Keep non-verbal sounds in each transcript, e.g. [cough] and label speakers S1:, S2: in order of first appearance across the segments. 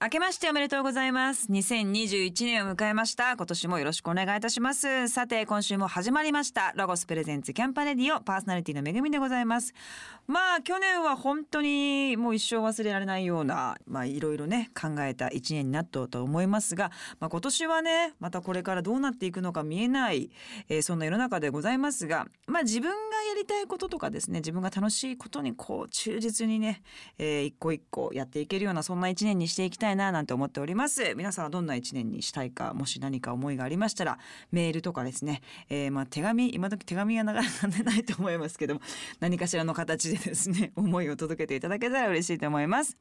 S1: 明けましておめでとうございます。2021年を迎えました。今年もよろしくお願いいたします。さて、今週も始まりました。ロゴスプレゼンツキャンパレディオパーソナリティのめぐみでございます。まあ、去年は本当にもう一生忘れられないような、まあ、いろいろね、考えた一年になったと思いますが、まあ、今年はね、またこれからどうなっていくのか見えない、えーそんな世の中でございますが、まあ、自分がやりたいこととかですね、自分が楽しいことにこう、忠実にね、えー一個一個やっていけるようなそんな一年にしていきたいななんて思っております皆さんはどんな一年にしたいかもし何か思いがありましたらメールとかですね、えーまあ手紙今時手紙がなかなか出ないと思いますけども [laughs] 何かしらの形でですね [laughs] 思いを届けていただけたら嬉しいと思います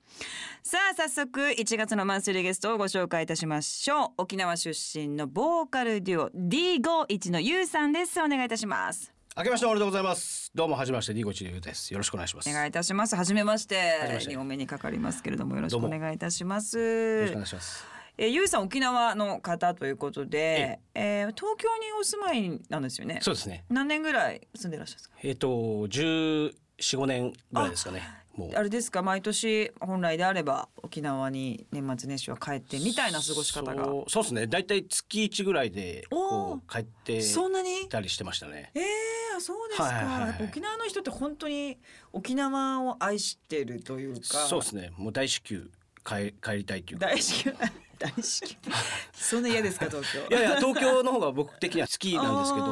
S1: さあ早速1月のマンスリーゲストをご紹介いたしましょう沖縄出身のボーカルデュオ D51 のゆうさんですお願いいたします
S2: 明けましておめでとうございます。どうもはじめまして、ニゴチリュウです。よろしくお願いします。
S1: お
S2: よ
S1: 願いいたします初めまして
S2: めまして
S1: 2本目にかかりますけれどもよろしく
S2: ど
S1: お
S2: うも
S1: 願いいたします
S2: ろしくお願いします。
S1: えー、ゆうさん沖縄の方ということで、えー東京にお住まいなんですよね。
S2: そうですね。
S1: 何年ぐらい住んでらっしゃるんですか。
S2: えっ、と、十四五年ぐらいですかね。もう
S1: あれですか毎年本来であれば沖縄に年末年始は帰ってみたいな過ごし方が
S2: そ。
S1: そう
S2: そうですね。だいたい月一ぐらいで
S1: お
S2: こ
S1: ー
S2: う帰って
S1: ん
S2: き
S1: なに
S2: たりしてましたね。
S1: えー、あそうですか、
S2: はいはいはい
S1: やっぱ沖縄の人って本当に沖縄を愛してるというか
S2: そうですね。もう大至急帰帰りたいというか。
S1: 大好き [laughs] 大好きそんな嫌ですか東京
S2: いやいや東京の方が僕的には好きなんですけど、
S1: あ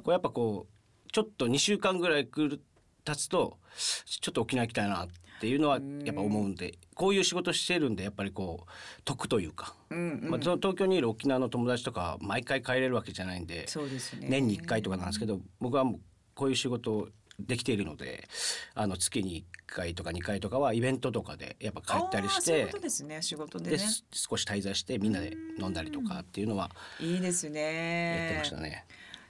S1: ー
S2: こうやっぱこうちょっと二週間ぐらいくる経つとちょっと沖縄行きたいなっていうのはやっぱ思うんで、こういう仕事してるんでやっぱりこう得というか。
S1: うんうん、
S2: まあ、その東京にいる沖縄の友達とか毎回帰れるわけじゃないんで、
S1: そうですね
S2: 年に1回とかなんですけど僕はもうこういう仕事できているのであの月に1回とか2回とかはイベントとかでやっぱ帰ったりし
S1: あーそういう
S2: て
S1: ことですね仕事で
S2: で
S1: ね
S2: す少し滞在してみんなで飲んだりとかっていうのはい
S1: いです
S2: やって
S1: ね
S2: ましたね。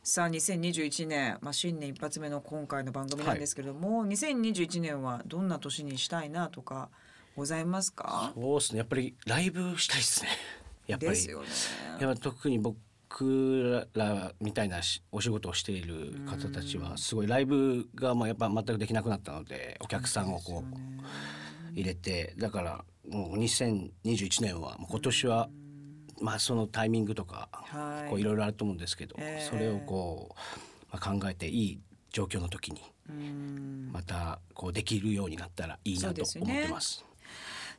S1: さあ2021年、まあ、新年一発目の今回の番組なんですけれども、2021年はどんな年にしたいなとかございますか
S2: そうですねやっぱりライブしたいで
S1: [laughs]
S2: すねやっぱ
S1: で
S2: り。
S1: すよね。
S2: やっぱ特に僕らみたいなしお仕事をしている方たちはすごいライブがまあやっぱ全くできなくなったのでお客さんをこう入れてだからもう2021年はもう今年はまあそのタイミングとか
S1: はい
S2: こういろいろあると思うんですけど
S1: ええ
S2: それをこうまあ考えていい状況の時に
S1: うん
S2: またこうできるようになったらいい
S1: そう
S2: なと
S1: ですよね
S2: 思ってます。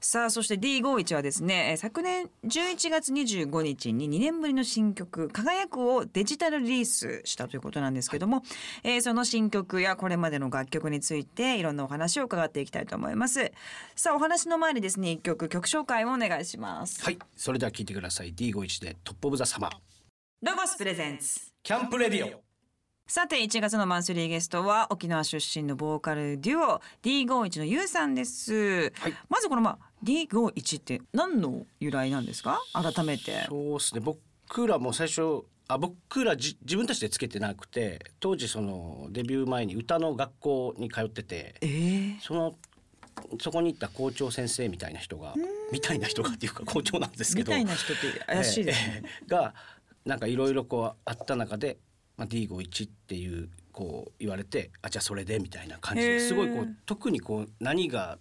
S1: さあそして D51 はですねえー昨年11月25日に2年ぶりの新曲「輝く」をデジタルリリースしたということなんですけども、えーその新曲やこれまでの楽曲についていろんなお話を伺っていきたいと思いますさあお話の前にですね一曲曲紹介をお願いします、
S2: はいそれでは聞いてください D51 でトップオブザサマー
S1: ロゴスプレゼンツ
S2: キャンプレディオ
S1: さて1月のマンスリーゲストは沖縄出身のボーカルデュオ D51 のゆうさんです、
S2: はい
S1: まずこのまあ D51 って何の由来なんですか改めて
S2: そうですね僕らも最初あ僕らじ自分たちでつけてなくて当時そのデビュー前に歌の学校に通ってて
S1: えー
S2: そのそこに行った校長先生みたいな人がみたいな人がっていうか校長なんですけ
S1: み
S2: ど
S1: たいな人って怪しいですね。
S2: ええ [laughs] ええがなんかいろいろこうあった中で、まあ、D51 っていうこう言われてあじゃあそれでみたいな感じ
S1: へえ
S2: ですごいこう特にこう何が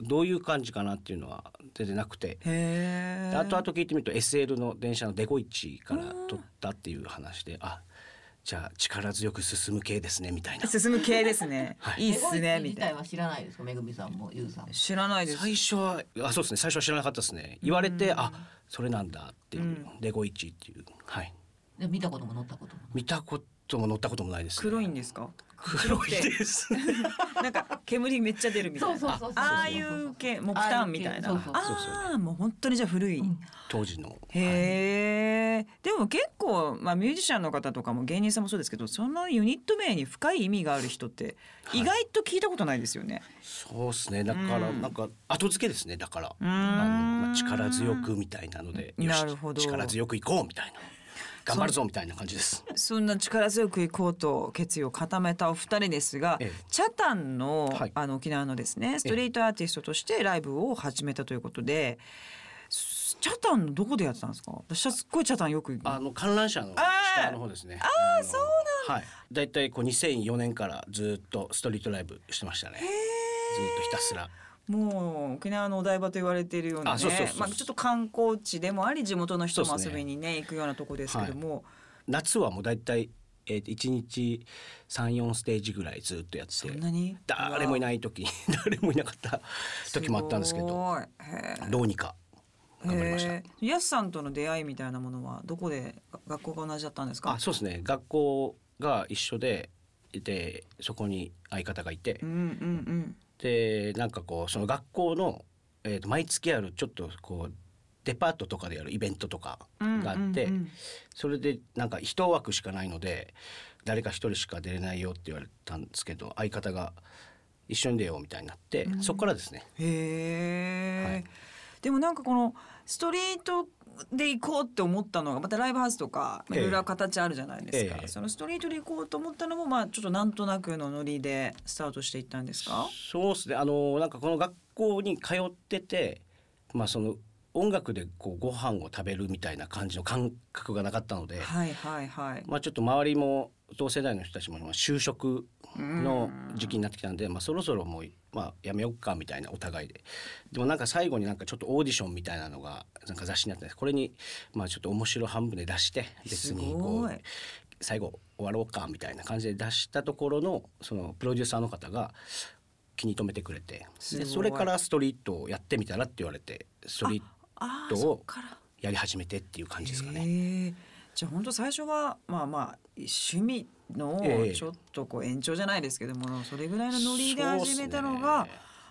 S2: どういう感じかなっていうのは出てなくて
S1: へ
S2: で
S1: え。
S2: 後々聞いてみると SL の電車のデゴイチから取ったっていう話であじゃあ力強く進む系ですねみたいな
S1: 進む系ですね。、
S2: はいい
S1: いっすねみ
S3: 自
S1: たい
S3: 体
S1: な。
S3: は知らないですか、めぐみさんもゆうさんも。
S1: 知らないです。
S2: 最初はあそうですね最初は知らなかったですね言われてあそれなんだっていう、
S1: うん
S2: デゴイチっていうはい
S3: で見たことも乗ったことも。
S2: 見たことも乗ったこともないです、ね、
S1: 黒いんですか。
S2: 黒いで
S1: [laughs]
S2: すね
S1: なんか煙めっちゃ出るみたいな。
S3: そうそうそうそう
S1: あああいう系木炭みたいな。
S3: ああいう系そうそう
S1: ああもう本当にじゃあ古い。
S3: うん
S2: 当時の
S1: へえ。でも結構まあミュージシャンの方とかも芸人さんもそうですけど、そのユニット名に深い意味がある人って
S2: はい
S1: 意外と聞いたことないですよね。
S2: そうですねだから
S1: うん
S2: なんか後付けですねだから
S1: ん
S2: あの、まあ、力強くみたいなのでよし
S1: なるほど
S2: 力強くいこうみたいな頑張るぞみたいな感じです
S1: そんな力強くいこうと決意を固めたお二人ですが、
S2: ええ
S1: チャタンの,、
S2: はい
S1: あの沖縄のですねストリートアーティストとしてライブを始めたということで、すチャタンのどこでやってたんですか私はすっごいチャタンよく
S2: あの観覧車の下の方ですね。ああ、そうなん。はい。だいたいこう2004年からずっとストリートライブしてましたね。ずっとひたすら。
S1: もう沖縄のお台場と言われているような
S2: あそうそう
S1: ね
S2: そうそう
S1: まあちょっと観光地でもあり地元の人
S2: そ
S1: も
S2: うです
S1: 遊
S2: ね
S1: びにね行くようなとこですけども、
S2: 夏はもう大体、えー、1日34ステージぐらいずっとやって
S1: そんなに
S2: 誰もい
S1: い
S2: ない時 [laughs] 誰もいなかった時もあったんですけど
S1: ごいへえ
S2: どうにか頑張りました
S1: へ。えやすさんとの出会いみたいなものはどこでが学校が同じだったんですか
S2: あそうですね学校が一緒ででそこに相方がいて、
S1: うんうん
S2: でなんかこうその学校の、えーと毎月あるちょっとこうデパートとかでやるイベントとか
S1: うん
S2: があって、
S1: うんうんうん
S2: それでなんか一枠しかないので誰か一人しか出れないよって言われたんですけど相方が一緒に出ようみたいになって、
S1: うん
S2: そこからですね
S1: へえ、
S2: はい
S1: でもなんかこのストリートで行こうって思ったのがまたライブハウスとかい
S2: ええ
S1: ろいろ形あるじゃないですか、
S2: ええ
S1: そのストリートで行こうと思ったのもまあちょっとなんとなくのノリでスタートしていったんですか
S2: そうですねあのなんかこの学校に通っててまあその音楽でこうご飯を食べるみたいな感じの感覚がなかったので、
S1: はいはいはい。
S2: まあ、ちょっと周りも同世代の人たちも今就職の時期になってきたんで、まあ、そろそろもう、まあ、やめようかみたいなお互いででもなんか最後になんかちょっとオーディションみたいなのがなんか雑誌になったんですこれにまあちょっと面白半分で出して別に
S1: す
S2: こ
S1: ごいう
S2: 最後終わろうかみたいな感じで出したところのそのプロデューサーの方が気に留めてくれて
S1: すご
S2: で
S1: い
S2: それからストリートをやってみたらって言われてストリート
S1: あ
S2: ど
S1: あ
S2: う
S1: そっから
S2: やり始めてっていう感じですかね。
S1: へえじゃあ本当最初はまあまあ趣味の
S2: ええ
S1: ちょっとこう延長じゃないですけどもそれぐらいのノリで
S2: そうっ
S1: 始
S2: すね
S1: めたのが、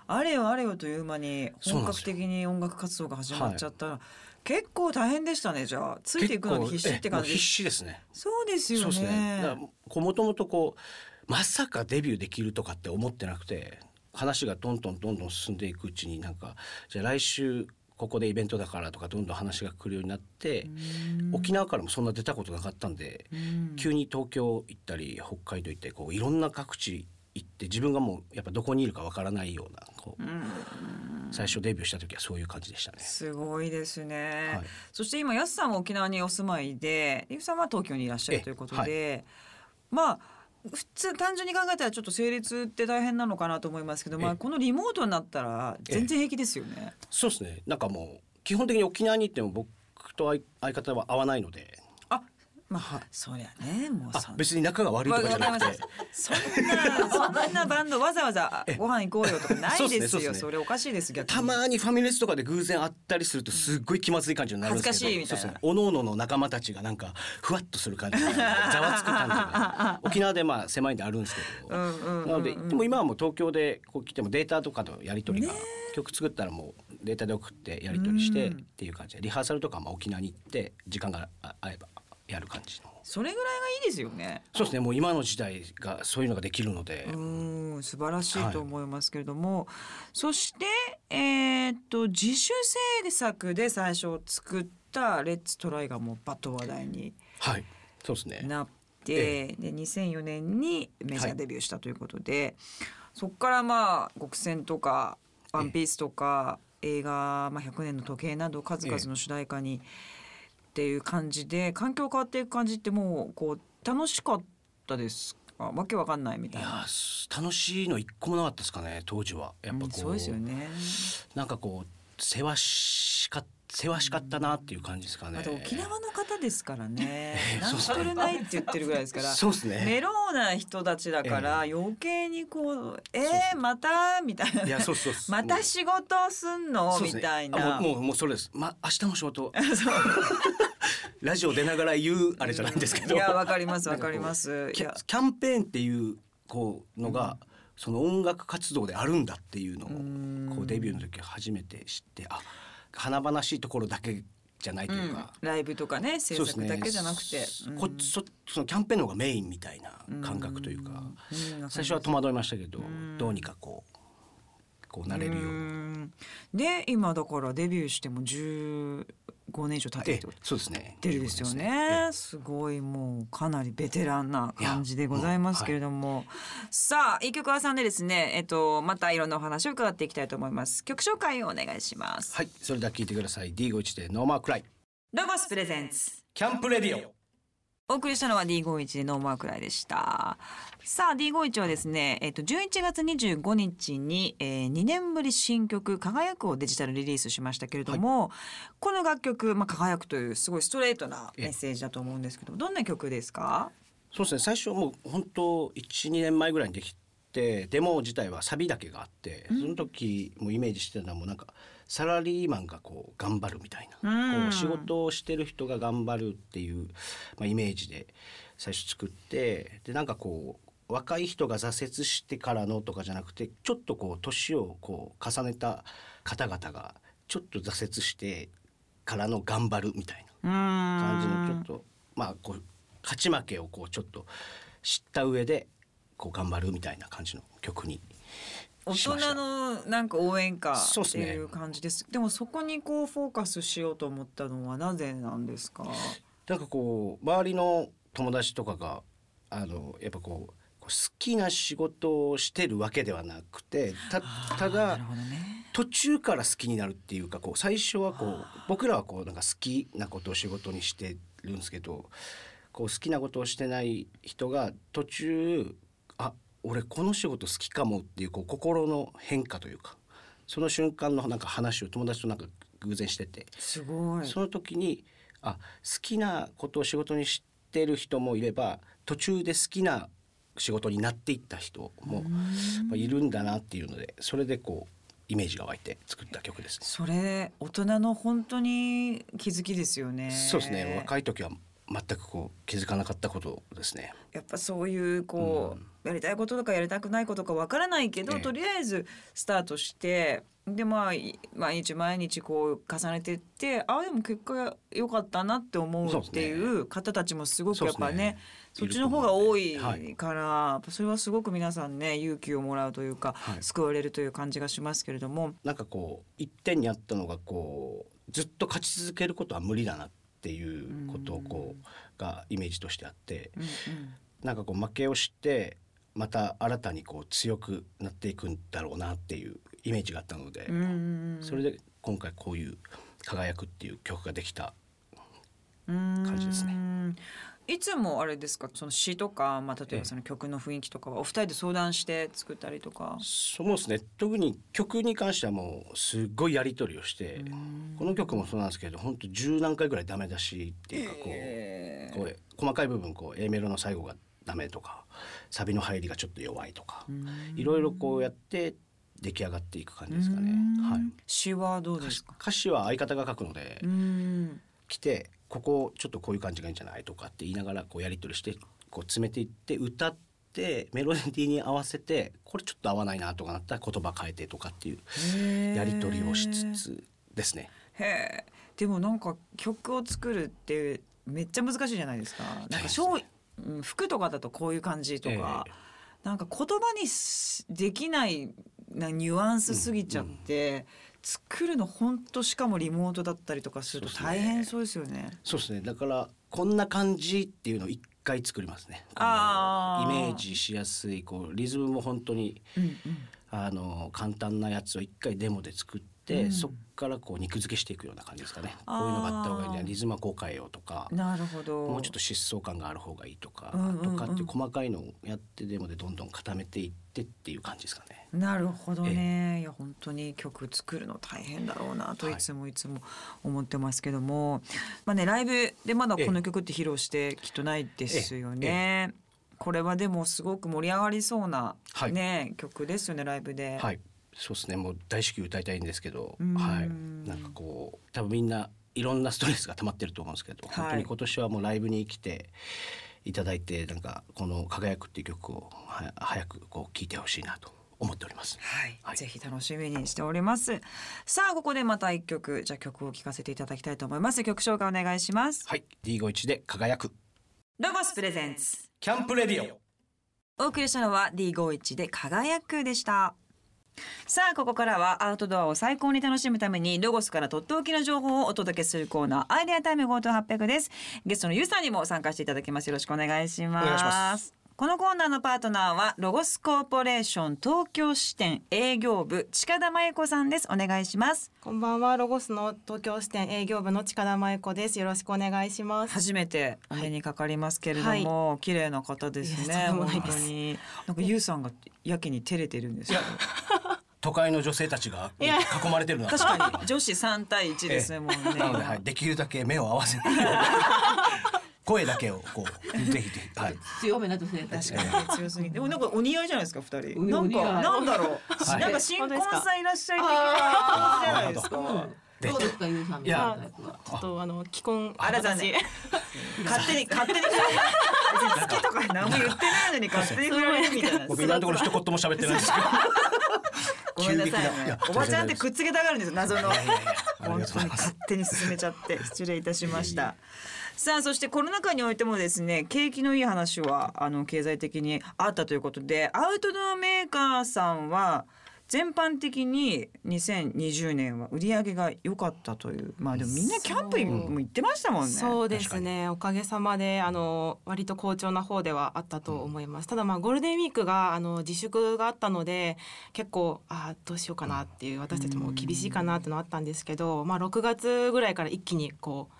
S1: あれよあれよという間に
S2: そう
S1: 本
S2: なんで
S1: 格
S2: すよ
S1: 的に音楽活動が始まっちゃったら、結構大変でしたねじゃあついていくのに必死って感
S2: 結構ええもう
S1: じ
S2: 必死ですね
S1: そうですよ
S2: そう
S1: ね
S2: ですね。だからこうもともとこうまさかデビューできるとかって思ってなくて話がどんどんどんどん進んでいくうちになんかじゃあ来週ここでイベントだからとかどんどん話が来るようになって、沖縄からもそんな出たことなかったんで、急に東京行ったり北海道行ってこういろんな各地行って自分がもうやっぱどこにいるかわからないようなこう、最初デビューした時はそういう感じでしたね。
S1: すごいですね、
S2: はい
S1: そして今やすさんは沖縄にお住まいでリフさんは東京にいらっしゃ
S2: え
S1: る
S2: え
S1: ということで、まあ普通単純に考えたらちょっと成立って大変なのかなと思いますけど、ま
S2: え
S1: あ、
S2: え
S1: このリモートになったら全然平気ですよね。
S2: そうですね。なんかもう基本的に沖縄に行っても僕と相相方は合わないので、
S1: あまあそりゃねもう
S2: あ
S1: そん
S2: 別に仲が悪いとかじゃなくて、
S1: そんなそんなバンドわざわざご飯行こうよとかない
S2: そうっすね
S1: です
S2: そうっす
S1: よ。
S2: ね
S1: それおかしいです逆に。
S2: たまにファミレスとかで偶然会ったりするとすっごい気まずい感じになるんですけど、
S1: 恥ずかしいみたいな
S2: そうですね。おのおのの仲間たちがなんかふわっとする感じ、ざわつく感
S1: [laughs]
S2: じが沖縄でまあ狭いんであるんですけど、
S1: うんうんうん
S2: なのででも今はもう東京でこう来てもデータとかのやり取りが、曲作ったらもうデータで送ってやり取りしてっていう感じでリハーサルとかはまあ沖縄に行って時間があ合えばやる感じの。
S1: それぐらいがいいですよね。
S2: そうですね。もう今の時代がそういうのができるので、
S1: うん素晴らしいと思いますけれども、そして、えーっと自主制作で最初作った「レッツトライ」がもうバッと話題に
S2: はい。そうですね。
S1: なって、で2004年にメジャーデビューしたということで、そこからまあ「極戦」とか「ワンピース」とか、映画「まあ、100年の時計」など数々の主題歌に、っていう感じで環境変わっていく感じってもうこう楽しかったですかわけわかんないみ
S2: い
S1: たいな。
S2: やー楽しいの一個もなかったですかね当時はやっぱ
S1: うん
S2: こう,、
S1: そうですよね。
S2: なんかこうせわしかせわしかったなっていう感じですかね。
S1: あと沖縄の方ですからね
S2: [laughs] え。
S1: なん
S2: そう
S1: と
S2: です
S1: れ
S2: ね
S1: ないって言ってるぐらいですから。
S2: そうです
S1: メ
S2: ね。
S1: ローな人たちだから余計にこう「え
S2: そう
S1: ー、また?」みたい
S2: い
S1: な
S2: やそうそう
S1: [laughs] 「また仕事すんの?」みたいな
S2: あもうもうもうそれです。ま明日の仕
S1: [laughs]
S2: 事。 [laughs] ラジオ出ながら言うあれじゃないんですけど。
S1: いやわかりますわ
S2: なんか
S1: か
S2: こう
S1: りますい
S2: キ
S1: や
S2: ャキャンペーンっていうこうのが、その音楽活動であるんだっていうのをこうデビューの時初めて知ってあ華々しいところだけじゃないというか、
S1: ライブとかね制
S2: そうです
S1: 作だけじゃなくて、
S2: ねこそそのキャンペーンの方がメインみたいな感覚というか、
S1: うんうん
S2: 最初は戸惑いましたけど、どうにかこうこうなれるよう
S1: う
S2: に。
S1: んで今だからデビューしても15年以上経ってる
S2: え
S1: っ
S2: え
S1: てこと
S2: そうですね。
S1: ってるですよ
S2: え
S1: ね。すごいもうかなりベテランな感じでございますけれども、さあ一曲挟んでですね、えっとまたいろんなお話を伺っていきたいと思います。曲紹介をお願いします。
S2: えはい、それでは聞いてください。D51 でノーマークライ。
S1: ロゴスプレゼンツ。
S2: キャンプレディオ。
S1: お送りしたのは D51 でノーマークライでした。さあ D51 はですね、えっと11月25日に、えー、2年ぶり新曲「輝く」をデジタルリリースしましたけれども、この楽曲「まあ、輝く」というすごいストレートなメッセージだと思うんですけどどんな曲ですか
S2: そうですね最初もう本当12年前ぐらいにできてデモ自体はサビだけがあってその時もイメージしてたのはもうなんかサラリーマンがこう頑張るみたいな、
S1: うん
S2: こう仕事をしてる人が頑張るっていう、まあ、イメージで最初作ってでなんかこう若い人が挫折してからのとかじゃなくてちょっとこう年をこう重ねた方々がちょっと挫折してからの頑張るみたいな。感
S1: 感
S2: じのちょっとまあこう勝ち負けをこうちょっと知った上でこう頑張るみたいな感じの曲に
S1: 大
S2: しました
S1: 人のなんか応援歌
S2: そうっ
S1: っ
S2: す
S1: て
S2: ね
S1: いう感じですでもそこにこうフォーカスしようと思ったのはなぜなんですか
S2: なんかこう周りの友達とかがあのやっぱこうこう好きな仕事をしてるわけではなくてたた
S1: あーな
S2: だ
S1: るほどね
S2: 途中から好きになるっていうかこう最初はこう僕らはこうなんか好きなことを仕事にしてるんですけどこう好きなことをしてない人が途中あ俺この仕事好きかもっていうこう心の変化というかその瞬間のなんか話を友達となんか偶然してて
S1: すごい
S2: その時にあ好きなことを仕事にしてる人もいれば途中で好きな仕事になっていった人もまあいるんだなっていうのでそれでこうイメージが湧いて作った曲ですね。
S1: それ大人の本当に気づきですよね
S2: そうですね若い時は全くこう気づかなかったことですね。
S1: やっぱそういうこう、やりたいこととかやりたくないことかわからないけど、
S2: ええ
S1: とりあえずスタートしてでまあい毎日毎日こう重ねてってああでも結果良かったなって思う
S2: そう
S1: っ
S2: です
S1: て
S2: ね
S1: いう方たちもすごく
S2: そう
S1: やっ
S2: です
S1: ぱねそっちの方が多いから、やっぱそれはすごく皆さんね勇気をもらうというか、
S2: はい
S1: 救われるという感じがしますけれども
S2: なんかこう一点にあったのがこうずっと勝ち続けることは無理だなっていうことをこうがイメージとしてあって
S1: うんうん
S2: なんかこう負けをしてまた新たにこう強くなっていくんだろうなっていうイメージがあったので、
S1: うんうんうん
S2: それで今回こういう「輝く」っていう曲ができた
S1: 感
S2: じですね。
S1: いつもあれですかその詩とか、まあ、例えばその曲の雰囲気とかはお二人で相談して作ったりとか。
S2: そうですね特に曲に関してはもうすっごいやり取りをしてこの曲もそうなんですけど本当十何回ぐらいダメ出しっていうかこう,、
S1: え
S2: こう細かい部分こう A メロの最後がダメとかサビの入りがちょっと弱いとかいろいろこうやって出来上がっていく感じですかね。はい、
S1: 詩はどう
S2: 歌
S1: で
S2: 詞
S1: すか。
S2: 歌詞は相方が書くので
S1: うん
S2: 来てここちょっとこういう感じがいいんじゃないとかって言いながらこうやり取りしてこう詰めていって歌ってメロディーに合わせてこれちょっと合わないなとかなったら言葉変えてとかっていうやり取りをしつ。つですね。
S1: へえ。でもなんか曲を作るってめっちゃ難しいじゃないですか。なんか商うん服とかだとこういう感じとか、
S2: え
S1: なんか言葉にしできないなニュアンスすぎちゃって、作るの本当しかもリモートだったりとかすると
S2: そう
S1: 大
S2: ですね
S1: 変そうですよね。
S2: そうですねだからこんな感じっていうのを一回作りますね。
S1: あ
S2: イ
S1: ー
S2: メージしやすいこうリズムも本当に
S1: うんうん
S2: あの簡単なやつを一回デモで作って、
S1: うん
S2: そこからこう肉付けしていくような感じですかね。こ
S1: あー
S2: ういうのがあった方がいいんじゃないリズムはこう変えようとか。
S1: なるほど。
S2: もうちょっと疾走感がある方がいいとか、
S1: うんうんうん
S2: とかっていう細かいのをやってデモでどんどん固めていってっていう感じですかね。
S1: なるほどね。いや本当に曲作るの大変だろうなと
S2: はい
S1: いつもいつも思ってますけども、まあねライブでまだこの曲って披露してきっとないですよね。これはでもすごく盛り上がりそうな
S2: はい
S1: ね、曲ですよねライブで。
S2: はい、そうですね。もう大至急歌いたいんですけど、
S1: うん
S2: はい、なんかこう多分みんないろんなストレスが溜まってると思うんですけど、
S1: はい
S2: 本当に今年はもうライブに来ていただいてなんかこの輝くっていう曲をは早くこう聴いてほしいなと思っております。
S1: はい、
S2: はい
S1: ぜひ楽しみにしております。さあここでまた一曲じゃあ曲を聴かせていただきたいと思います。曲紹介お願いします。
S2: はい、D51 で輝く
S1: ロゴスプレゼンツ。
S2: キャンプレディオ。
S1: お送りしたのは D51 で輝くでした。さあここからはアウトドアを最高に楽しむためにロゴスからとっておきの情報をお届けするコーナーアイデアタイム GO to800 ですゲストのゆうさんにも参加していただきますよろしくお願いします
S2: お願いします
S1: このコーナーのパートナーはロゴスコーポレーション東京支店営業部近田真由子さんですお願いします
S4: こんばんは、ロゴスの東京支店営業部の近田真由子です。よろしくお願いします。
S1: 初めてお目にかかりますけれども、綺麗な方です
S4: いや
S1: ね
S4: そんなもんない
S1: 本
S4: で
S1: 当
S4: す
S1: になんかゆうさんがやけに照れてるんですよ
S2: 都会の女性たちが囲
S4: や
S2: まれてるな
S1: [laughs] 確かに女子三対一ですね、もうね
S2: なので、はい、できるだけ目を合わ
S1: [laughs]
S2: せない声だけをこうぜひぜひ、はい、
S3: 強めな女性たち
S1: 確かに強すぎてでもなんかお似合いじゃないですか二人
S3: うん
S1: なん
S3: お似合
S1: か
S3: い
S1: なんだろう、
S2: はい
S1: なんか新婚さんいらっしゃい的な感じじゃないですか
S2: で
S3: どうですかゆうさんみたいなタイプは
S4: ちょっとあの既婚
S1: あら残念勝手に勝手に別に好きとか何も言ってないのに勝手に振られるみた
S2: [laughs]
S1: いな
S2: もう今のところ一言も喋ってないんです
S1: [laughs]
S2: けど
S1: ごめんなさ
S2: 急激ないい
S1: ね
S2: や
S1: おばちゃんってくっつけたがるんですよ謎の
S2: いやいやいやあり
S1: 本
S2: がと
S1: 当
S2: うござい
S1: に
S2: ます
S1: 勝手に進めちゃって失礼いたしました。さあそしてコロナ禍においてもですね景気のいい話はあの経済的にあったということでアウトドアメーカーさんは全般的に2020年は売り上げが良かったというまあでもみんなキャンプも行ってましたもんね。
S4: そうで
S2: 確か
S4: すねおかげさまであの割と好調な方ではあったと思います、ただまあゴールデンウィークがあの自粛があったので結構あーどうしようかなっていう私たちも厳しいかなってのあったんですけど、まあ、6月ぐらいから一気にこう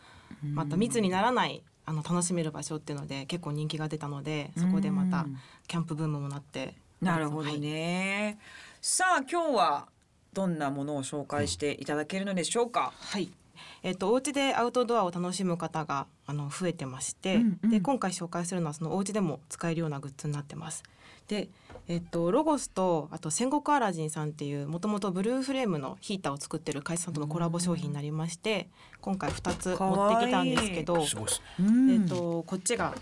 S4: また密にならないあの楽しめる場所っていうので結構人気が出たのでそこでまたキャンプブームもなって
S1: なるほど
S4: はい
S1: ね。さあ今日はどんなものを紹介していただけるのでしょうか。
S4: はい。えっとお家でアウトドアを楽しむ方があの増えてまして、
S1: うんうん
S4: で今回紹介するのはそのお家でも使えるようなグッズになってます。で、えっとロゴスとあと戦国アラジンさんっていうもともとブルーフレームのヒーターを作ってる会社さんとのコラボ商品になりまして、今回2つ
S1: かわ
S4: 持
S1: いい
S4: ってきたんですけど、
S2: すごいですね
S4: え
S1: え
S4: っとこっちが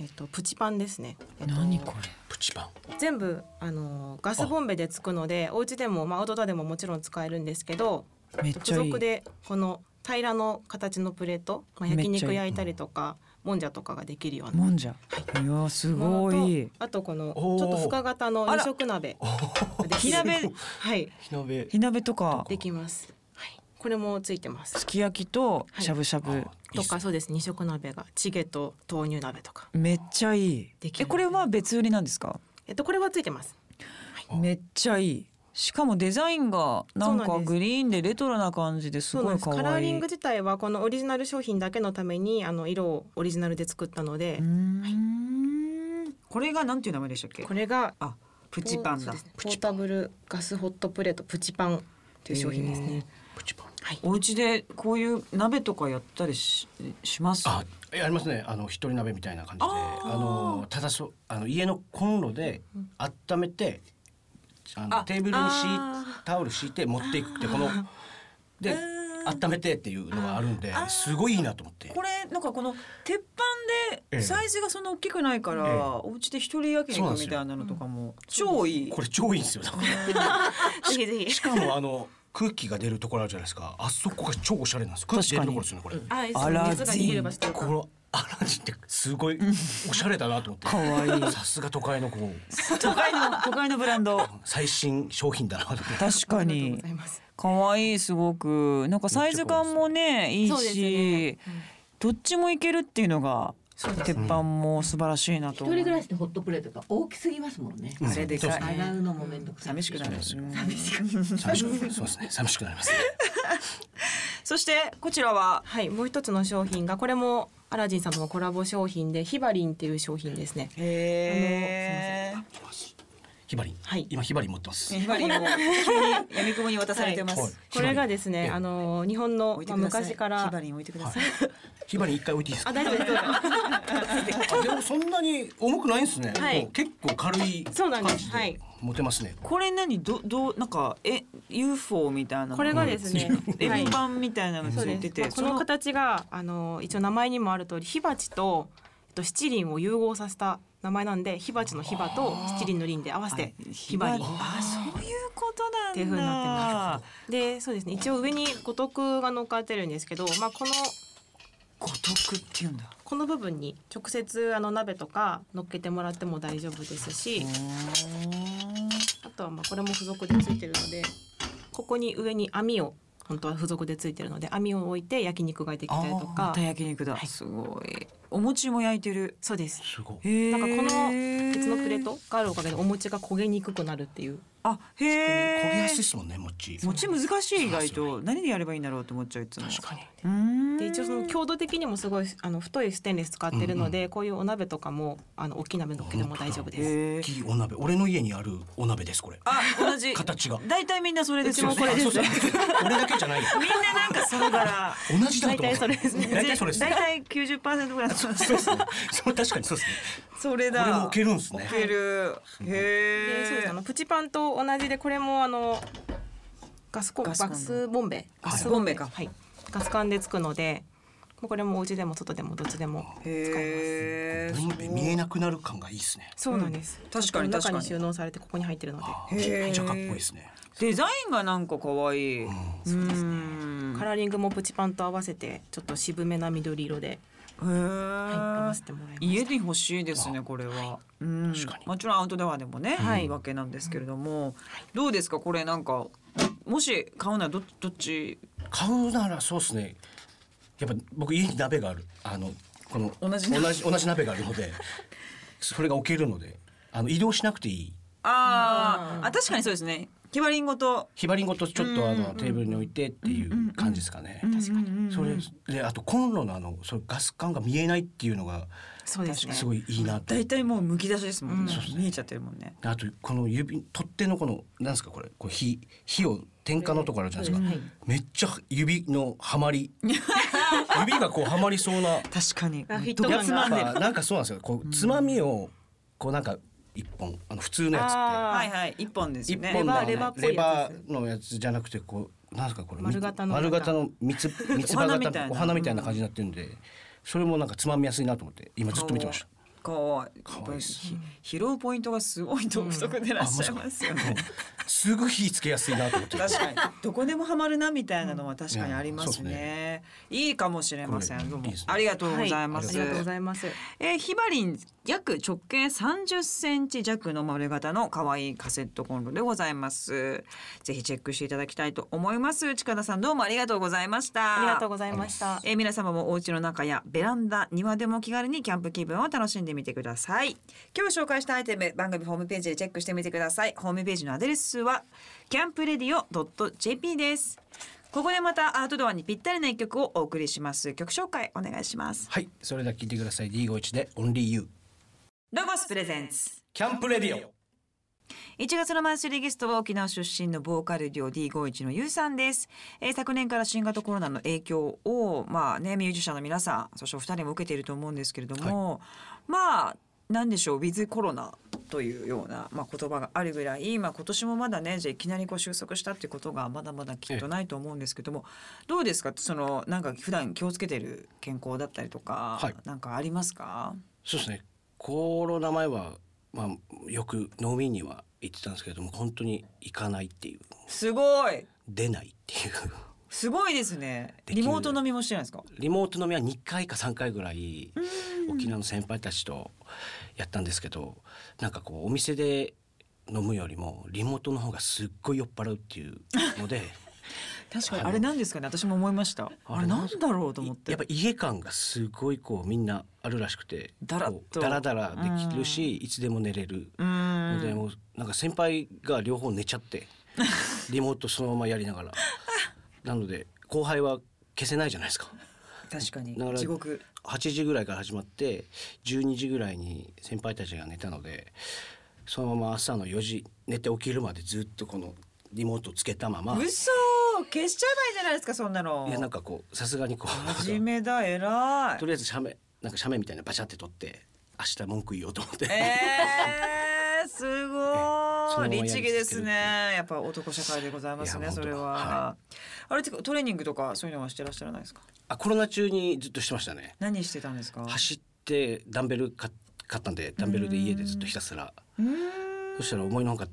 S4: えっとプチパンですね。えっと
S1: れ。
S2: プチパン
S4: 全部あのガスボンベでつくのでお家でもまあアウトドアでももちろん使えるんですけど
S1: めっ
S4: 付属でこの平らの形のプレート、まあ、焼
S1: めっちゃい
S4: 肉
S1: い
S4: 焼いたりとかもんじゃとかができるような
S1: もんじゃ。いやーす
S4: も
S1: ご
S4: の
S1: い
S4: と。あとこのち
S2: おー
S4: ょっと深型の
S1: あら
S4: 二色鍋がで
S1: 火
S4: きる
S1: 鍋
S4: はい
S2: 火鍋
S1: 火鍋とか
S4: できます、はい、これもついてます
S1: すき焼きと
S4: はい
S1: しゃぶしゃぶ、
S4: とかそうです二色鍋がチゲと豆乳鍋とか
S1: めっちゃいい
S4: でき。
S1: え
S4: る
S1: これは別売りなんですか。
S4: えっとこれはついてます
S2: あ
S1: めっちゃいい。しかもデザインがなん
S4: そうな
S1: か
S4: んです
S1: グリーンでレトロな感じです
S4: そう
S1: ご
S4: なん
S1: い
S4: です
S1: 可愛い。
S4: カラーリング自体はこのオリジナル商品だけのためにあの色をオリジナルで作ったので
S1: うーん。これがなんていう名前でしたっけ。
S4: これが
S1: あプチパン
S4: そう
S1: だ
S4: です。ねポータブルガスホットプレートプチパンという商品ですね。
S2: プチパン
S4: はい。
S1: お家でこういう鍋とかやったりしします。
S2: あえありますねあの一人鍋みたいな感じで
S1: あ
S2: あ
S1: ー
S2: のただそうあの家のコンロで温めてあの
S1: あ
S2: テーブルに敷い
S4: あ
S2: タオル敷いて持っていくってこので温めてっていうのがあるんですごいいいなと思って
S1: これなんかこの鉄板
S2: え
S1: で
S2: え
S1: サイズがそんな大きくないから、
S2: ええ
S1: お家で一人焼
S2: そうな
S1: 肉
S2: んです
S1: み
S2: よ
S1: たいなのとかも超いい。
S2: これ超いいんですよだから
S4: [laughs] ぜひぜひ
S2: しかもあの空気が出るところあるじゃないですかあそこが超おしゃれなんです空気出るところですよねこれ、
S4: あそう
S1: アラジン
S4: 熱が逃げる場所という
S2: こ
S4: か。
S2: のアラジンってすごいおしゃれだなと思って
S1: かわいい
S2: さすが都会のこう
S1: 都会の都会のブランド。
S2: 最新商品だなと思って
S1: 確
S4: あ
S1: かに
S4: りがとうございます。
S1: 可愛いすごくなんかサイズ感もねいい
S4: そうです
S1: し
S4: ね、
S1: どっちもいけるっていうのが鉄板も素晴らしいなと
S3: 一
S1: 思う
S3: 人暮らしでホットプレートが大きすぎますもんね
S2: うん
S1: あれでかい
S2: そう
S3: 洗うのもめんどくさい
S1: 寂しくなる
S2: そうですよ
S1: 寂しくなる
S2: 寂しくなりますそうですね寂しくなりますね
S1: そしてこちらは
S4: はい、もう一つの商品がこれもアラジンさんとのコラボ商品でヒバリンっていう商品ですね。
S1: へー
S2: ヒバリン、
S4: はい
S2: 今ヒバリン持ってます、
S1: ひばりを急にやみくもに渡されてます。
S2: はい
S4: これがですね、あの日本の
S1: 置いて
S4: まあ
S1: ください。
S4: 昔か
S1: ひば
S4: ら。
S1: りん置いてください。
S2: ヒバリン一回置いていいですか
S4: あ、大丈夫です。
S2: あでもそんなに重くないんですね、
S4: はい
S2: もう結構軽い
S1: [laughs]
S4: そうなんです
S2: 感じ
S4: はい
S2: 持てますね
S1: これ何どどうなんかえ UFO みたいなの
S4: これがですね
S1: 円
S4: はい
S1: 盤みたいなのつ
S4: そう
S1: いて
S4: です。
S1: て、
S4: まあこの形があの一応名前にもある通り火鉢とえっと七輪を融合させた名前なんで火鉢の火場と七輪の輪で合わせて火
S1: ば
S4: 張
S1: り
S4: り
S1: あそういうことなんだ
S4: っていう風になってでそうですね一応上に五徳が乗っかってるんですけど、まあ、この
S1: 五徳っていうんだ
S4: この部分に直接あの鍋とか乗っけてもらっても大丈夫ですしあとはまあこれも付属で付いてるのでここに上に網を本当は付属でついてるので網を置いて焼肉ができたりと
S1: ま
S4: か
S1: た焼肉だ、すごいお餅も焼いてる
S4: そうです
S2: すごい
S1: へ
S4: なんかこの
S1: ー
S4: 鉄のプレートがあるおかげでお餅が焦げにくくなるっていう
S1: あへえ
S2: 焦げやすいですもんね餅
S1: 餅難しい意外
S2: そう
S1: と何でやればいいんだろうと思っちゃういつも
S2: 確かに
S1: うーん
S4: で一応その強度的にもすごいあの太いステンレス使ってるので、こういうお鍋とかもあの大きい鍋のっけても大丈夫です。
S1: へ
S2: 大
S1: ー
S2: きいお鍋俺の家にあるお鍋ですこれ
S1: あ同じ
S2: 形が
S1: 大体みんなそれですよね
S2: そうそうそう俺だけじゃないよ
S1: みんななんかそれから
S2: 同じだと思ってた
S4: [laughs] 大体それですね
S2: 大体それです
S1: 大体九十パーセントぐらいの
S2: そうですねそう確かにそうですね
S1: それ
S2: これ
S1: だ
S2: も置けるんですね
S1: 置けるへ
S4: で
S1: え
S4: そうですあのプチパンと同じでこれもあのガスコン
S1: ガスコンロ
S4: ガスボンベ
S1: ガス
S4: ボン
S1: ボンベ
S4: ベ
S1: か
S4: はいガス管でつくのでもうこれもお家でも外でもどっちでも使えま
S1: へ
S4: す。
S1: え
S2: ボンベ見えなくなる感がいいですね
S4: そうなんです。
S1: 確かに確か
S4: 中
S1: に
S4: に収納されてここに入ってるので。
S2: あ
S1: へ
S2: ー
S1: ー
S2: じゃあかっこいいですね
S1: デザインがなんか可愛いうん
S4: カラーリングもプチパンと合わせてちょっと渋めな緑色で、
S1: へ
S4: はい、
S1: え
S4: 合わせてもらいまし
S1: 家で欲しいですねこれは、うん
S2: 確かに
S1: もちろんアウトドアでもね、
S4: はい
S1: いいわけなんですけれども、どうですかこれなんかもし買うならどどっち
S2: 買うならそうですねやっぱ僕家に鍋があるあのこの
S1: 同じ
S2: 同じ同じ鍋があるのでそれが置けるのであの移動しなくていい
S1: あーあ確かにそうですねキバリンごと
S2: ヒバリンごとちょっとあのテーブルに置いてっていう感じですかね
S1: 確かに、
S2: それであとコンロのあのそのガス管が見えないっていうのが
S4: た。そうですね。
S2: すごいいいなと
S1: 大体もうむき出しですもんね、
S2: そうですね
S1: 見えちゃってるもんね
S2: あとこの指取っ手のこのなんですかこれこう火火を点火のところあるじゃないですか、
S3: はい
S2: めっちゃ指のはまり指がこうはまりそうな
S1: 確かに
S4: あフィット
S1: どこ
S4: 感
S1: つま
S4: が
S1: んでる
S2: なんかなんかそうなんですよこうつまみをこうなんか一本あの普通のや
S1: はい
S4: あ
S1: はい一本で
S2: つっ
S1: す
S2: て
S1: よ
S2: 一
S1: ね
S2: 本のあの
S4: レバーレバーっ
S2: レ
S4: ぽいやつ
S2: バーのやつじゃなくてこうなんですかこれ
S4: 丸型の
S2: 丸型の三つ三つ葉
S1: お花みたい
S2: 型
S1: な
S2: お花みたいな感じになってるんでそれもなんかつまみやすいなと思って今ずっと見てました。
S1: かわいい
S2: かわいいです
S1: ひ拾うポイントがすごい独特でいらっしゃいますよね、
S2: すぐ火つけやすいなと思って。
S1: 確かにどこでもハマるなみたいなのは確かにあります
S2: うんいやそうです
S1: ね。いいかもしれませ
S2: こ
S1: ん。
S2: れ
S1: どうも
S2: いいですね
S1: ありがとう
S4: は
S1: ございま
S4: あ
S1: す
S4: り。がとうございます。
S1: えーヒバリン約直径30センチ弱の丸型の可愛いカセットコンロでございます。ぜひチェックしていただきたいと思います。近田さんどうもありがとうございました。
S4: ありがとうございました。
S1: えー皆様もお家の中やベランダ庭でも気軽にキャンプ気分を楽しんでみてください今日紹介したアイテム番組ホームページでチェックしてみてくださいホームページのアドレスはキャンプレディオ .jp ですここでまたアウトドアにぴったりな一曲をお送りします曲紹介お願いします
S2: はい、それでは聞いてください。D51 で Only You。
S1: ロゴスプレゼンツ
S2: キャンプレディオ。
S1: 1月のマンスリーゲストは沖縄出身のボーカル寮 D51 のゆうさんです、えー昨年から新型コロナの影響をまあねミュージシャンの皆さんそしてお二人も受けていると思うんですけれども、まあなんでしょうウィズコロナというような、まあ、言葉があるぐらい、まあ、今年もまだねじゃあいきなりこう収束したっていうことがまだまだきっとないと思うんですけどもどうですかそのなんか普段気をつけてる健康だったりとか、
S2: はい
S1: なんかありますか
S2: そうですね。コロナ前はまあよく飲みには行ってたんですけれども、本当に行かないっていう、
S1: すごい
S2: 出ないって
S1: [laughs]
S2: いう。
S1: すごいですね
S2: でき
S1: リ
S2: る
S1: モート飲みもしてないですか
S2: リモート飲みは2回か3回ぐらい沖縄の先輩たちとやったんですけど、なんかこうお店で飲むよりもリモートの方がすっごい酔っ払うっていうので、
S1: 確かに
S2: あの
S1: あれなんですかね私も思いましたあれなんだろうと思って
S2: やっぱ家感がすごいこうみんなあるらしくて
S1: だらっと
S2: こうだらだらできるし、いつでも寝れる
S1: うー
S2: の
S1: ん
S2: で、もうなんか先輩が両方寝ちゃって
S1: [laughs]
S2: リモートそのままやりながらなので後輩は消せないじゃないですか
S1: 確かに
S2: だから
S1: 地獄
S2: 8時ぐらいから始まって12時ぐらいに先輩たちが寝たのでそのまま朝の4時寝て起きるまでずっとこのリモートつけたままい
S1: 嘘消しちゃえばいいじゃないですかそんなの
S2: やなんかこうさすがにこう
S1: 真面目だ偉
S2: とりあえず写メなんか写メみたいなのバシャって撮って明日文句言おうと思って、
S1: いえー、す
S2: そ [laughs]
S1: ご
S2: のままや
S1: い
S2: り続
S1: 律
S2: ける
S1: 儀ですねやっぱ男社会でございます
S2: い
S1: ね
S2: や
S1: それは、
S2: 本当は
S1: あれってかトレーニングとかそういうのはしてらっしゃらないですか
S2: [laughs] あコロナ中にずっとしてましたね
S1: 何してたんですか
S2: 走ってダンベル買買ったんでダンベルで家でずっとひたすら
S1: うーん
S2: そしたら思いのほか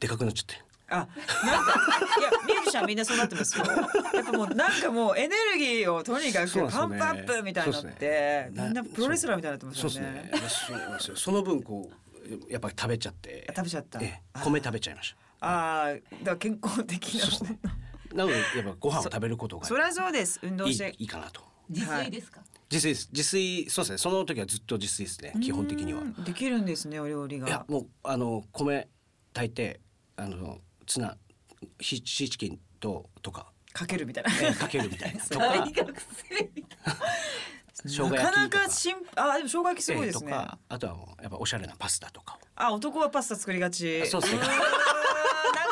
S2: でかくなっちゃって
S1: あ、なんか、いや、ミュージシャンみんなそうなってますよ。やっぱもう、なんかもう、エネルギーをとにかく
S2: そうなんです
S1: パ
S2: よ
S1: ン
S2: ね
S1: プアップみたいになっ
S2: そう
S1: て
S2: で、す
S1: み
S2: ね
S1: んなプロレスラーみたいになってます
S2: そう
S1: よ
S2: ですね
S1: ね。
S2: そうなんですよその分こうやっぱり食べちゃって
S1: あ食べちゃった
S2: ええ米食べちゃいました
S1: ああ、だから健康的な
S2: そうですねなのでやっぱご飯を食べることが
S1: そりゃそうです運動
S2: いい
S1: して
S2: いいかなと
S3: 自炊ですか。
S2: 自炊です自炊そうですねその時はずっと自炊ですね基本的には
S1: うんできるんですねお料理が
S2: いやもうあの米炊いてあのツナシシーチキンととか、
S1: かけるみたいな
S2: え
S1: [laughs]
S2: ーかけるみたいなと
S3: 大
S2: か
S3: 学生 [laughs] みたい
S2: 生姜焼き
S1: な
S2: とか
S1: かなかしんあでも生姜焼きすごいですね、
S2: えーとかあとはもうやっぱおしゃれなパスタとかを
S1: あ男はパスタ作りがち
S2: あそうですね
S1: ーんなん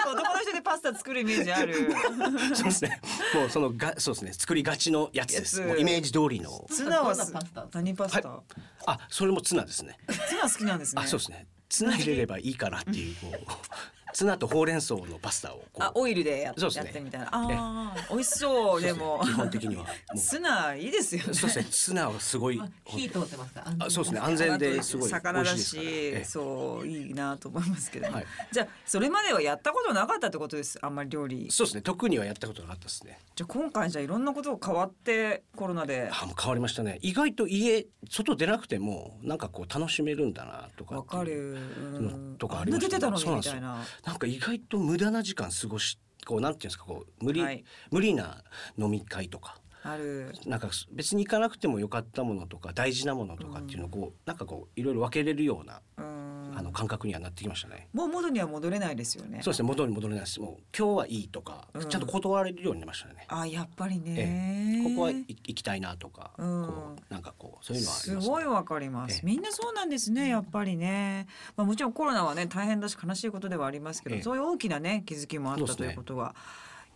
S1: か男の人でパスタ作るイメージある
S2: [laughs] そうですねもうそのがそうですね作りがちのやつです
S1: やつ
S2: もうイメージ通りの
S1: ツナは
S3: どんなパスタ
S1: 何パスタ、
S2: あそれもツナですね
S1: ツナ好きなんですね
S2: あそうですねツナ入れればいいかなっていうこ
S1: [laughs]
S2: うツナとほうれん草のパスタをこう
S1: あオイルでやっ
S2: そうです
S1: や
S2: ね
S1: ってみたいなあー美味しそうでも
S2: 基本的にはもう
S1: ツナいい [laughs] ですよね
S2: そうですねツナはすごい
S3: な。火通ってますか。
S2: あそうですね安全ですごい美
S1: 魚
S2: 味
S1: だ
S2: しい
S1: し、
S2: ですか
S1: そういいなと思いますけど、
S2: はい
S1: じゃあそれまではやったことなかったってことですあんまり料理
S2: らそうですね特にはやったことなかったですね
S1: じゃあ今回じゃあいろんなことが変わってコロナで
S2: あもう変わりましたね意外と家外出なくてもなんかこう楽しめるんだなとか
S1: わ
S2: っていう
S1: かるうん
S2: とか
S1: あ
S2: あ
S1: ん
S2: り
S1: な
S2: ま
S1: 出
S2: し
S1: て
S2: たね
S1: たの
S2: そう
S1: にみ
S2: なんで
S1: た
S2: すよ
S1: いな
S2: なんか意外と無駄な時間過ごしこうなんていうんですかこう無理、
S1: はい
S2: 無理な飲み会とか
S1: ある
S2: なんか別に行かなくてもよかったものとか大事なものとかっていうのをこう、なんかこういろいろ分けれるような
S1: うん
S2: あの感覚にはなってきましたね。
S1: もう元には戻れないですよね
S2: そうですね元に戻れないですもう今日はいいとか、
S1: うん
S2: ちゃんと断れるようになりましたね。
S1: あやっぱり
S2: え
S1: ね、
S2: ここは行行きたいなとか、
S1: うん
S2: こうなんかこうそういうのはあり
S1: す
S2: ますね、
S1: ごいわかりま
S2: え
S1: す
S2: え。
S1: みんなそうなんですね、やっぱりね。まあもちろんコロナはね大変だし悲しいことではありますけど、
S2: ええ
S1: そういう大きなね気づきもあっ
S2: そう
S1: た
S2: です
S1: と
S2: ね
S1: いうことが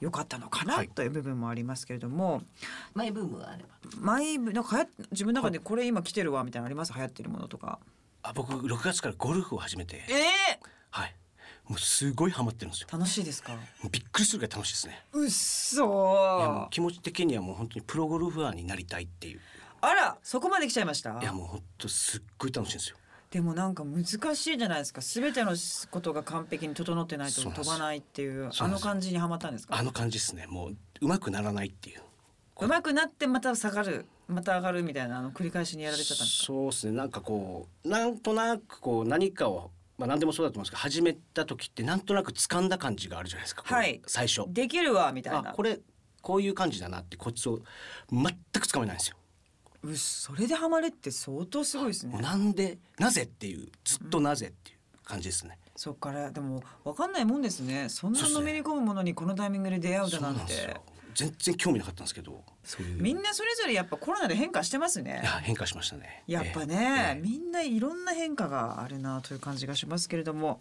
S1: 良かったのか
S2: は
S1: ないという部分もありますけれども、
S3: マイブームがあれば。
S1: マイブなんか流行っ自分の中でこれ今来てるわみたいなのあります流行ってるものとか。
S2: あ僕6月からゴルフを始めて
S1: ええ
S2: はいもうすごいハマってるんですよ
S1: 楽しいですか。
S2: もうびっくりするぐらい楽しいですね
S1: うっ
S2: いや
S1: そ
S2: もう気持ち的にはもう本当にプロゴルファーになりたいっていう
S1: あらそこまで来ちゃいました
S2: いやもう本当すっごい楽しいんですよ
S1: でもなんか難しいじゃないですか全てのことが完璧に整ってないと
S2: そうなんで
S1: 飛
S2: す
S1: ばないっていう
S2: そう
S1: あの
S2: なんです
S1: 感じにはまったんですか
S2: あの感じですねもう上手くならないっていう
S1: うまくなってまた下がるまた上がるみたいなあの繰り返しにやられちゃったんです
S2: そうですねなんかこうなんとなくこう何かをまあ何でもそうだと思うんですけど始めた時ってなんとなく掴んだ感じがあるじゃないですか、こう
S1: はい
S2: 最初
S1: できるわみたい
S2: あ
S1: な
S2: これこういう感じだなってコツを全くつかめないんですよ
S1: うっそれでハマるって相当すごいです
S2: もう
S1: ね
S2: なんでなぜっていうずっとなぜっていう感じですね、
S1: そっからでも分かんないもんですねそんな
S2: そうっす
S1: の
S2: ね
S1: めり込むものにこのタイミングで出会うだ
S2: そう
S1: な
S2: なんんで
S1: て
S2: すよ全然興味なかったんですけどそういう
S1: みんなそれぞれやっぱコロナで変化してます
S2: い
S1: ね
S2: や変化しましたね
S1: やっぱね、
S2: ええ
S1: みんないろんな変化があるなという感じがしますけれども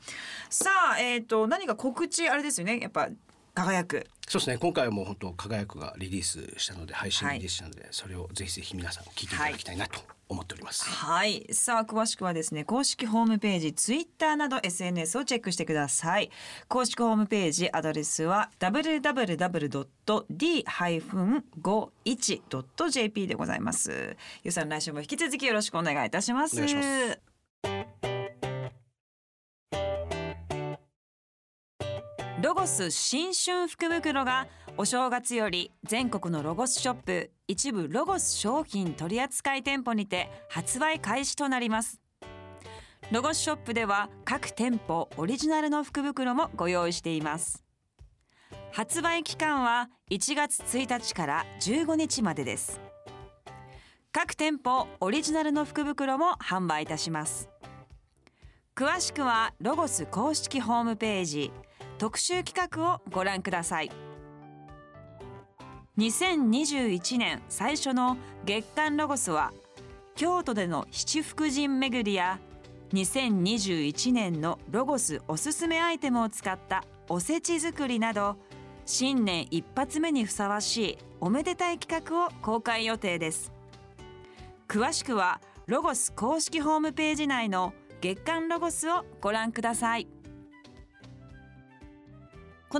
S1: さあえっ、と何か告知あれですよねやっぱ輝く
S2: そうですね今回はもう本当輝くがリリースしたので配信リリースしたので、それをぜひぜひ皆さん聞いていただきたいなと思っております、
S1: はいさあ詳しくはですね公式ホームページツイッターなど SNS をチェックしてください公式ホームページアドレスは www.d-51.jp でございますゆうさん来週も引き続きよろしくお願いいたします
S2: お願いします
S1: ロゴス新春福袋がお正月より全国のロゴスショップ一部ロゴス商品取扱店舗にて発売開始となりますロゴスショップでは各店舗オリジナルの福袋もご用意しています発売期間は1月1日から15日までです各店舗オリジナルの福袋も販売いたします詳しくはロゴス公式ホームページ特集企画をご覧ください2021年最初の月間ロゴスは京都での七福神巡りや2021年のロゴスおすすめアイテムを使ったおせち作りなど新年一発目にふさわしいおめでたい企画を公開予定です詳しくはロゴス公式ホームページ内の月間ロゴスをご覧くださいこ